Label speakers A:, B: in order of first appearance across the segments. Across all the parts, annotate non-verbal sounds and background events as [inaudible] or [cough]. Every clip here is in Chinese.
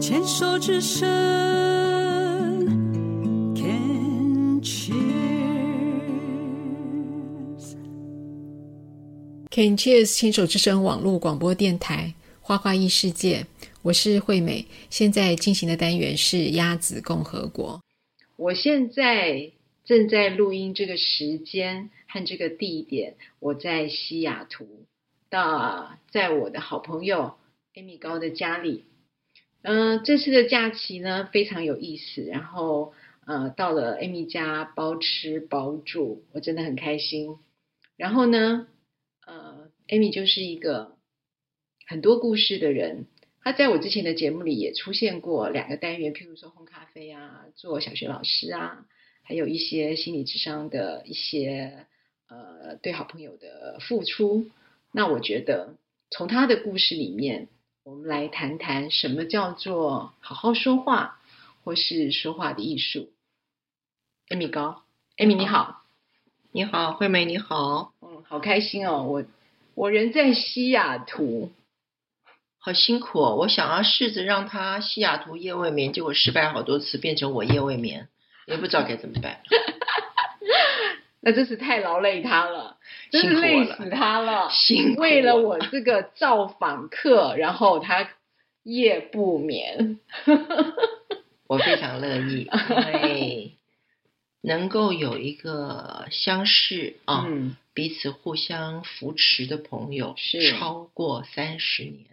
A: 牵手之声，Can cheers。
B: Can Cheers 牵手之声网络广播电台《花花异世界》，我是惠美。现在进行的单元是鸭子共和国。
C: 我现在正在录音，这个时间和这个地点，我在西雅图，到在我的好朋友 Amy 高的家里。嗯、这次的假期呢非常有意思，然后呃，到了 Amy 家包吃包住，我真的很开心。然后呢，呃，Amy 就是一个很多故事的人，他在我之前的节目里也出现过两个单元，譬如说烘咖啡啊，做小学老师啊，还有一些心理智商的一些呃对好朋友的付出。那我觉得从他的故事里面，我们来谈谈什么叫做好好说话，或是说话的艺术。Amy 高，Amy 你好，
D: 你好，惠美，你好，
C: 嗯，好开心哦，我我人在西雅图，
D: 好辛苦哦！我想要试着让他西雅图夜未眠，结果失败好多次，变成我夜未眠，也不知道该怎么办。
C: 那真是太劳累他了，真是
D: 辛苦我
C: 累
D: 了
C: 死他了。
D: 辛苦
C: 为了我这个造访客，然后他夜不眠。
D: 我非常乐
C: [laughs]
D: 意，因为能够有一个相识啊、
C: 嗯，
D: 彼此互相扶持的朋友，
C: 是
D: 超过三十年，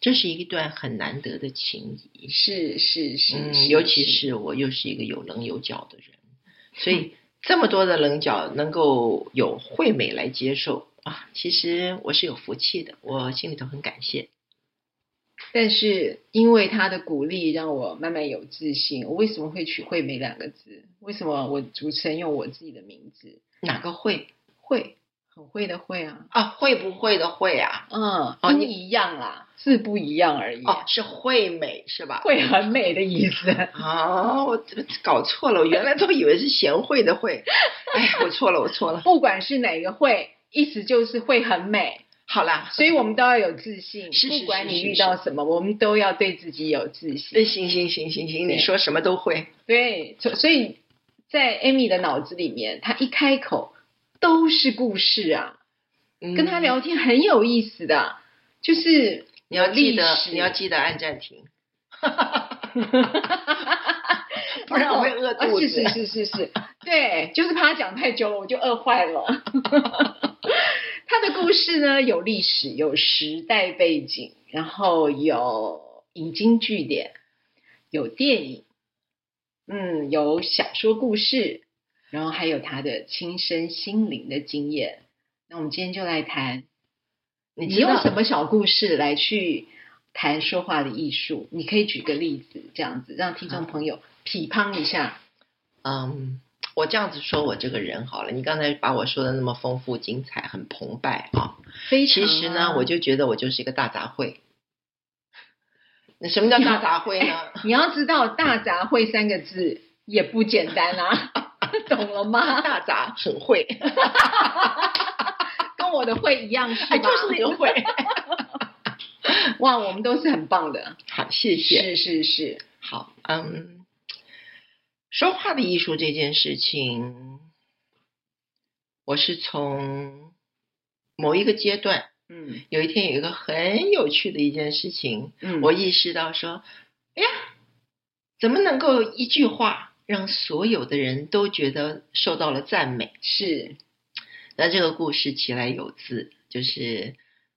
D: 这是一段很难得的情谊。
C: 是是是，
D: 嗯，尤其是我又是一个有棱有角的人，
C: [laughs]
D: 所以这么多的棱角能够有惠美来接受啊，其实我是有福气的，我心里头很感谢。
C: 但是因为他的鼓励，让我慢慢有自信。我为什么会取“惠美”两个字？为什么我主持人用我自己的名字？
D: 哪个会
C: 会，很会的会啊。
D: 啊？会不会的会啊？
C: 嗯，
D: 哦
C: 不
D: 你
C: 一样啦，字不一样而已。
D: 哦，是惠美是吧？
C: 会很美的意思。
D: 啊，我这搞错了，我原来都以为是贤惠的惠，哎，我错了，我错了。
C: 不管是哪个会，意思就是会很美，
D: 好啦，
C: 所以我们都要有自信。
D: 是是
C: 不管你
D: 是是
C: 遇到什么，我们都要对自己有自
D: 哎，
C: 信。
D: 行行行行行，
C: 对
D: 你说什么都会，
C: 对，所所以在 Amy 的脑子里面，她一开口都是故事啊，
D: 嗯
C: 跟她，聊天很有意思的，啊就是
D: 你要记
C: 历
D: 得
C: 史，
D: 你要记得按
C: [laughs]
D: 暂停。 [laughs] 不
C: 然
D: 然
C: 后
D: 我会饿
C: 啊
D: 肚子。
C: 是是是是
D: [laughs]
C: 是，对，就是怕他讲太久了，我就饿坏了。 [laughs] 他的故事呢，有历史，有时代背景，然后有引经据典，有电影，嗯，有小说故事，然后还有他的亲身心灵的经验。那我们今天就来谈，
D: 你
C: 你
D: 知道
C: 用什么小故事来去谈说话的艺术？你可以举个例子，这样子让听众朋友匹乓一下。
D: 嗯，我这样子说我这个人好了，你刚才把我说的那么丰富精彩，很澎湃啊。
C: 非常
D: 其
C: 啊、
D: 实呢，我就觉得我就是一个大杂烩。那什么叫大杂烩 [laughs] 呢？
C: 你要知道“大杂烩”三个字也不简单
D: [laughs]
C: 啊，懂了吗？
D: 大杂很会，
C: [laughs] 跟我的会一样是吧？
D: 哎，就是那个会。
C: 哇，我们都是很棒的，
D: [laughs] 好，谢谢。
C: 是是是，
D: 好，嗯，说话的艺术这件事情，我是从某一个阶段，
C: 嗯
D: 有一天有一个很有趣的一件事情，
C: 嗯，
D: 我意识到说，哎呀，怎么能够一句话让所有的人都觉得受到了赞美？
C: 是
D: 那这个故事其来有自，就是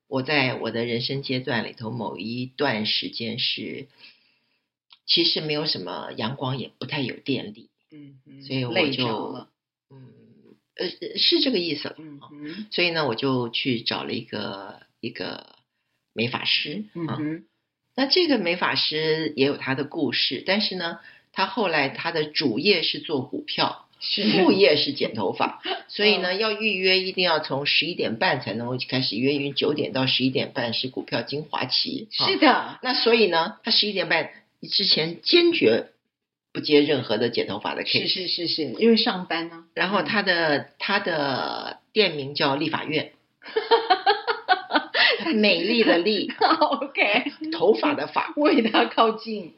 D: 我在我的人生阶段里头某一段时间是，其实没有什么阳光，也不太有电力，
C: 嗯，嗯
D: 所以我
C: 累
D: 就
C: 着了，
D: 嗯，呃，是这个意思了。
C: 嗯嗯
D: 所以呢，我就去找了一个一个美发师
C: 嗯
D: 啊。
C: 哼
D: 那这个美发师也有他的故事，但是呢，他后来他的主业是做股票，
C: 是
D: 副业是剪头发，所以
C: 嗯
D: 呢，要预约一定要从十一点半才能够开始约，因为九点到十一点半是股票精华期。啊
C: 是的，
D: 那所以呢，他十一点半之前坚决不接任何的剪头发的 case。
C: 是是是是，因为上班啊呢，
D: 然后
C: [laughs]
D: 他的他的店名叫立法院，美丽的丽，
C: OK， [laughs]
D: 头发的发，
C: 为他靠近，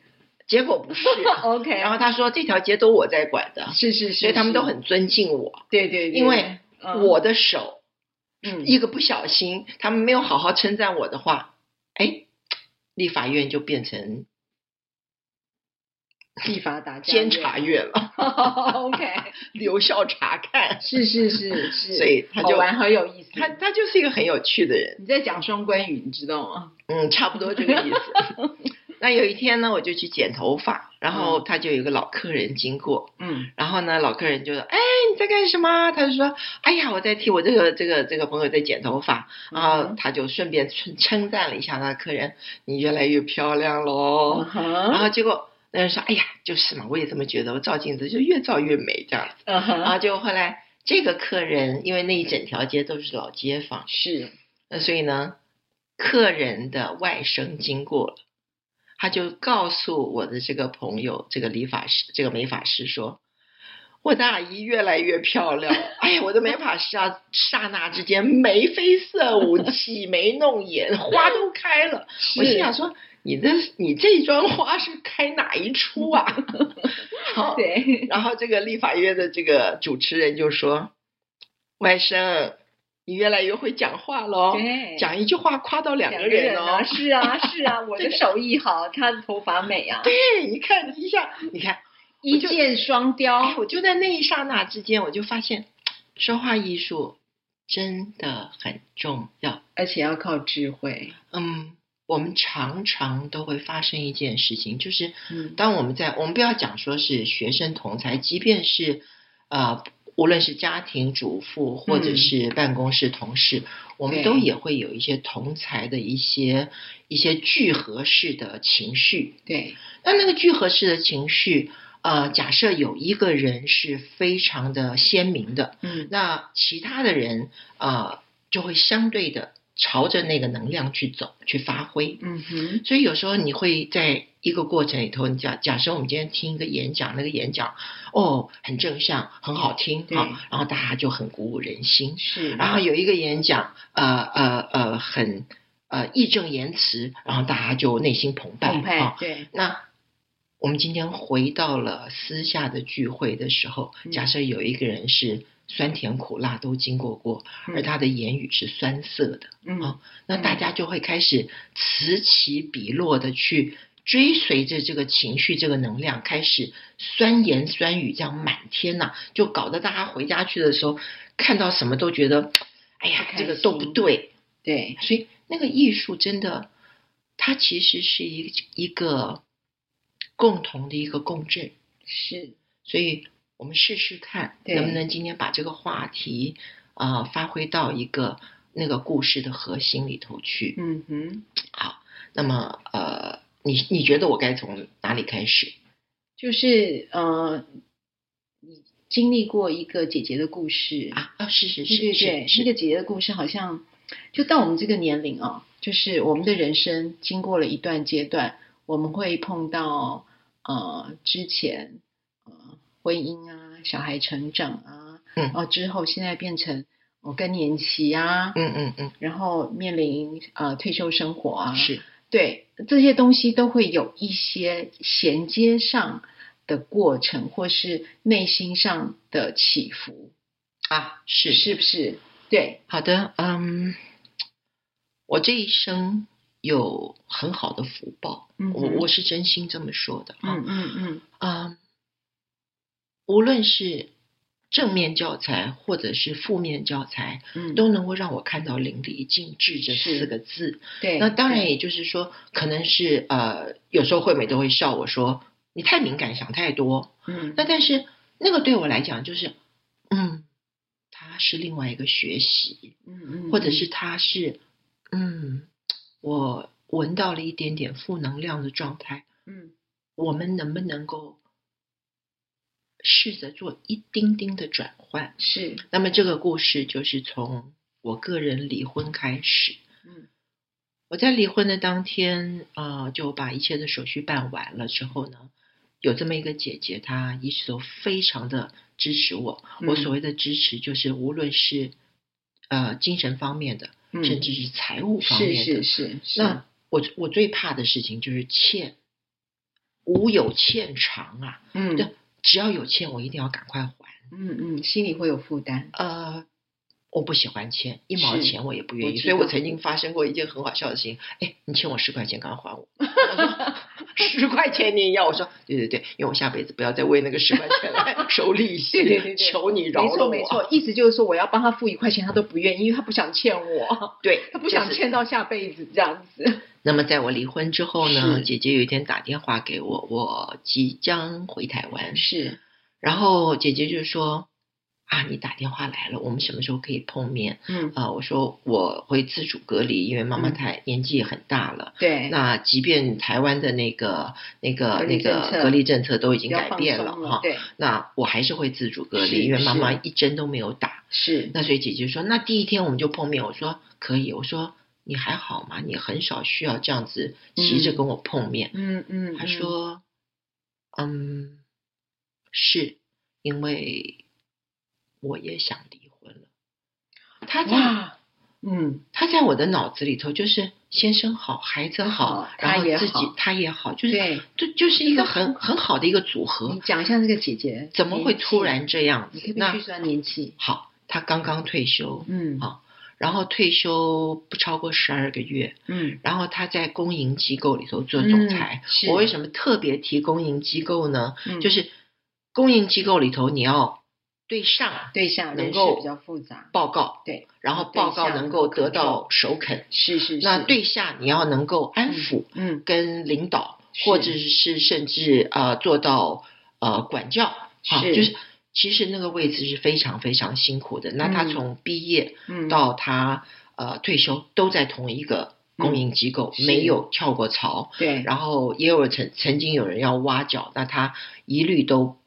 D: 结果不是。 [laughs]
C: OK，
D: 然后他说这条街都我在管的，
C: 是是是，
D: 所以他们
C: 是
D: 都很尊敬我，
C: 对对，对
D: 因为
C: 嗯
D: 我的手
C: 嗯
D: 一个不小心，他们没有好好称赞我的话，哎，立法院就变成
C: 立法打架
D: 监察院了，
C: [laughs]
D: [laughs]
C: ，OK，
D: 留校查看。
C: 是是是是，
D: 所以他就
C: 好玩好有意思。
D: 他他就是一个很有趣的人，
C: 你在讲双关语，你知道吗？
D: 嗯，差不 [laughs] 多这个意思。 [laughs] 那有一天呢，我就去剪头发，然后他就有一个老客人经过，
C: [laughs] 嗯
D: 然后呢，老客人就说：“哎，你在干什么？”他就说：“哎呀，我在替我这个这个这个朋友在剪头发。”
C: 嗯
D: 然后他就顺便称称赞了一下那客人：“你越来越漂亮
C: 嗯
D: 喽。然
C: 哼
D: 后结果那人说：“哎呀，就是嘛，我也这么觉得。我照镜子就越照越美这样子。”
C: 嗯
D: 然
C: 哼，
D: 后结果后来这个客人，因为那一整条街都是老街坊，
C: 是
D: 那所以呢，客人的外甥经过了，他就告诉我的这个朋友，这个理发师，这个美发师说，我的阿姨越来越漂亮了。 [laughs] 哎呀，我的美发师啊，刹那之间眉飞色舞，挤眉弄眼，花都开了。我心想说，你的你这桩花是开哪一出啊？ [laughs] 好，
C: 对，
D: 然后这个立法院的这个主持人就说：“外甥，你越来越会讲话喽
C: 对，
D: 哦讲一句话夸到两
C: 两
D: 个
C: 个
D: 人
C: 人
D: 哦
C: 啊，。是啊是
D: [laughs]
C: 啊，我的手艺好，他的头发美啊，
D: 对，你看一下，你看，
C: 一箭双
D: 哎， [laughs]
C: 雕，
D: 我就在那一刹那之间，我就发现，说话艺术真的很重要。
C: 而且要靠智慧。
D: 嗯，我们常常都会发生一件事情，就是
C: 嗯
D: 当我们在我们不要讲说是学生同才，即便是呃，无论是家庭主妇或者
C: 嗯
D: 是办公室同事，我们
C: 对
D: 都也会有一些同才的一些一些聚合式的情绪。
C: 对，
D: 那那个聚合式的情绪，呃，假设有一个人是非常的鲜明的，
C: 嗯
D: 那其他的人呃就会相对的朝着那个能量去走，去发挥。
C: 嗯哼，
D: 所以有时候你会在一个过程里头，你假假设我们今天听一个演讲，那个演讲哦很正向，很好听
C: 对嗯
D: 啊，然后大家就很鼓舞人心。
C: 是，
D: 然后有一个演讲，呃呃呃，很呃义正言辞，然后大家就内心澎湃
C: 澎湃
D: 啊，。
C: 对，
D: 那我们今天回到了私下的聚会的时候，
C: 嗯
D: 假设有一个人是酸甜苦辣都经过过，而他的言语是酸涩的，
C: 嗯
D: 哦那大家就会开始此起彼落的去追随着这个情绪、这个能量，开始酸言酸语，这样满天呐、就搞得大家回家去的时候，看到什么都觉得，哎呀
C: 不，开
D: 这
C: 心
D: 个都不对。
C: 对，
D: 所以那个艺术真的，它其实是一一个共同的一个共振。
C: 是，
D: 所以我们试试看，
C: 对
D: 能不能今天把这个话题啊、呃发挥到一个那个故事的核心里头去。
C: 嗯哼，
D: 那么呃，你你觉得我该从哪里开始？
C: 就是呃，你经历过一个姐姐的故事
D: 啊啊，是是是
C: 对对对
D: 是，是
C: 那个姐姐的故事好像，就到我们这个年龄啊、就是我们的人生经过了一段阶段，我们会碰到呃之前呃婚姻啊、小孩成长啊，
D: 嗯
C: 然后之后现在变成哦更年期啊，
D: 嗯嗯嗯，
C: 然后面临呃退休生活啊，
D: 是
C: 对这些东西都会有一些衔接上的过程，或是内心上的起伏，
D: 啊是
C: 是不是？对，
D: 好的，嗯，我这一生有很好的福报，
C: 嗯
D: 我
C: 哼
D: 我是真心这么说的啊，
C: 嗯嗯嗯，
D: 嗯，无论是正面教材或者是负面教材，
C: 嗯，
D: 都能够让我看到淋漓尽致这四个字。
C: 对。
D: 那当然，
C: 对
D: 也就是说，可能是呃，有时候惠美都会笑我说你太敏感，想太多。
C: 嗯，
D: 那但是那个对我来讲就是，嗯，它是另外一个学习，
C: 嗯嗯
D: 或者是它是，嗯，我闻到了一点点负能量的状态，
C: 嗯
D: 我们能不能够试着做一丁丁的转换？
C: 是
D: 那么这个故事就是从我个人离婚开始。
C: 嗯
D: 我在离婚的当天，呃，就把一切的手续办完了之后呢，有这么一个姐姐，她一直都非常的支持我。
C: 嗯
D: 我所谓的支持，就是无论是呃精神方面的，
C: 嗯
D: 甚至是财务方
C: 是
D: 面
C: 是
D: 的。
C: 是是
D: 那我我最怕的事情就是欠无有欠偿啊，
C: 嗯
D: 对只要有欠，我一定要赶快还。
C: 嗯嗯，心里会有负
D: [laughs]
C: 担。
D: 呃，我不喜欢欠，一毛
C: 是
D: 钱我也不愿
C: 我
D: 意。
C: 知
D: 所以我
C: 道
D: 曾经发生过一件很好笑的事情，哎，你欠我十块钱，赶快
C: [laughs]
D: 还我。我说十块钱你也要？我说对对对，因为我下辈子不要再为那个十块钱
C: [laughs]
D: 来收利息，
C: 对对对对
D: 求你饶
C: 没
D: 了
C: 错
D: 我。
C: 没错，意思就是说我要帮他付一块钱，他都不愿意，因为他不想欠
D: [laughs]
C: 我，
D: 对，
C: 他不想
D: 就是
C: 欠到下辈子这样子。
D: 那么在我离婚之后呢，
C: 是
D: 姐姐有一天打电话给我，我即将回台湾，
C: 是，
D: 然后姐姐就说啊，你打电话来了，我们什么时候可以碰面？
C: 嗯， [laughs]
D: 啊、我说我会自主隔离，因为妈妈
C: 嗯
D: 太、年纪也很大了。
C: 对，
D: 那即便台湾的那个、那个、
C: 隔离
D: 那个
C: 政策
D: 隔离政策都已
C: 比
D: 经
C: 较
D: 改
C: 放
D: 变
C: 松
D: 了
C: 了
D: 哈，
C: 对，
D: 那我还是会自主隔
C: 是
D: 离，因为妈妈
C: 是
D: 一针都没有打。
C: 是，
D: 那所以姐姐说，那第一天我们就碰面。我说可以，我说你还好吗？你很少需要这样子急着
C: 嗯
D: 跟我碰面。
C: 嗯嗯，
D: 他
C: 嗯
D: 说：“嗯，是因为我也想离婚了。”他在
C: 哇，嗯，
D: 他在我的脑子里头就是先生好，孩子好
C: 好，
D: 然
C: 哦他
D: 后
C: 也
D: 自己
C: 好
D: 他也好，就是
C: 对，
D: 就就是一
C: 这
D: 个
C: 个
D: 很很好的一个组合
C: 你。讲一下这个姐姐
D: 怎么会
C: 年纪啊
D: 突？然这样
C: 嗯你可以
D: 子？
C: 必
D: 那
C: 须算年纪，
D: 好，他刚刚退休，
C: 嗯
D: 好然后退休不超过十二个月，
C: 嗯，
D: 然后他在公营机构里头做总
C: 嗯
D: 裁。
C: 是
D: 我为什么特别提公营机构呢？
C: 嗯
D: 就是公营机构里头，你要对上
C: 对象
D: 能
C: 人事
D: 够
C: 比较复杂，
D: 报告，
C: 对，
D: 然后报告
C: 对下
D: 能够得到首肯。
C: 是是是，
D: 那，对下你要能够安抚
C: 嗯
D: 跟领导，
C: 是
D: 或者是甚至呃做到呃管教，啊，
C: 是
D: 就是其实那个位置是非常非常辛苦的。那他
C: 嗯
D: 从毕业
C: 嗯，
D: 到他呃退休，都在同一个公营机构，
C: 是
D: 没有跳过槽。
C: 嗯对，
D: 然后也有曾曾经有人要挖角，那他一律都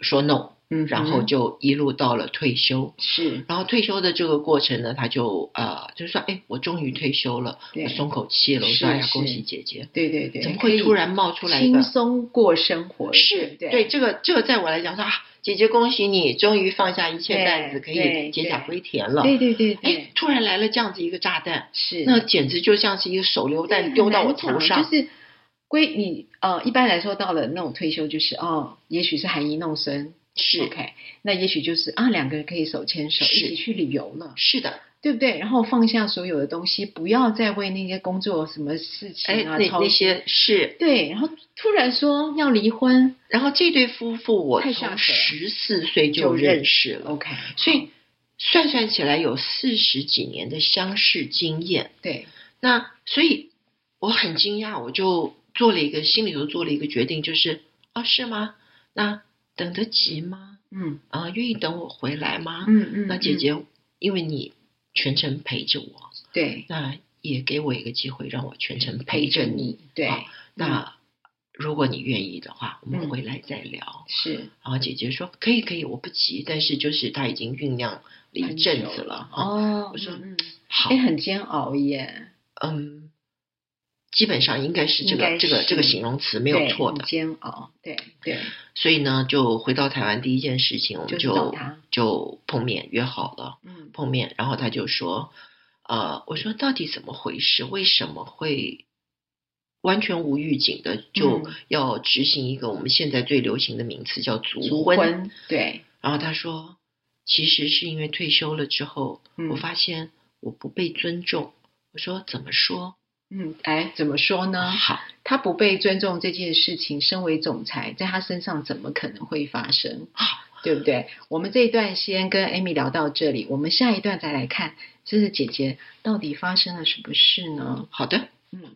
D: 说 no，
C: 嗯哼，
D: 然后就一路到了退休。
C: 是
D: 然后退休的这个过程呢，他就呃，就是说，哎，我终于退休了，
C: 对
D: 我松口气了，我
C: 是
D: 说，哎呀，
C: 是
D: 恭喜姐姐！
C: 对对对，
D: 怎么
C: 可
D: 会
C: 以
D: 突然冒出来一
C: 轻
D: 个？
C: 松过生活？
D: 是
C: 对
D: 对，这个这个，在我来讲说啊，姐姐恭喜你，终于放下一切
C: 对
D: 担子，可以
C: 对
D: 解
C: 对
D: 甲归田了。
C: 对对对
D: 哎
C: 对，，
D: 突然来了这样子一个炸弹，
C: 是
D: 那简直就像是一个手榴弹丢到我头
C: 嗯
D: 上
C: 就。是归你呃，一般来说到了那种退休，就是哦，也许是含饴弄孙
D: 是
C: ，OK，那也许就是啊，两个人可以手牵手
D: 是
C: 一起去旅游了，
D: 是的，
C: 对不对？然后放下所有的东西，不要再为那些工作什么事
D: 哎，
C: 情啊
D: 那
C: 操
D: 那
C: 心
D: 些是
C: 对，然后突然说要离婚
D: 然后这对夫妇我
C: 太吓
D: 从
C: 人
D: 十四岁就
C: 就认
D: 认识了，
C: ，OK，
D: 所以算算起来有四十几年的相识经验。
C: 对，
D: 那所以我很惊讶，我就做了一个心里头做了一个决定，就是啊，是吗？那等得及吗？
C: 嗯
D: 啊，愿意等我回来吗？
C: 嗯嗯，
D: 那姐姐，因为你全程陪着我，
C: 嗯对
D: 那也给我一个机会，让我全程陪着你。，
C: 对
D: 好，那如果你愿意的话，我
C: 嗯
D: 们回来再聊。
C: 是
D: 然后姐姐说可以可以，我不急，但是就是她已经酝酿了一阵子了啊。
C: 哦，
D: 我说
C: 嗯嗯
D: 好
C: 哎，，很煎熬耶，
D: 嗯，基本上应该是这
C: 应该
D: 个这个
C: 是
D: 这个形容词没有
C: 对嗯
D: 错
C: 很
D: 的。
C: 煎熬，对对，
D: 所以呢，就回到台湾第一件事情，我们
C: 就是
D: 就
C: 找她
D: 就碰面约好了
C: 嗯
D: 碰面，然后她就说，呃，我说到底怎么回事？为什么会？完全无预警的就
C: 嗯
D: 要执行一个我们现在最流行的名词叫族
C: 足
D: 婚，
C: 婚，对，
D: 然后他说，其实是因为退休了之后，
C: 嗯
D: 我发现我不被尊重。我说怎么说？
C: 嗯，哎，怎么说呢？
D: 好，
C: 他不被尊重这件事情，身为总裁，在他身上怎么可能会发生？对不对？我们这一段先跟 Amy 聊到这里，我们下一段再来看，这是姐姐到底发生了什么事呢？
D: 好的。
C: 嗯，